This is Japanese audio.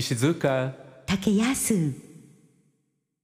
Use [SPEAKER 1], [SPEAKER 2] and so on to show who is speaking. [SPEAKER 1] 石塚
[SPEAKER 2] 竹安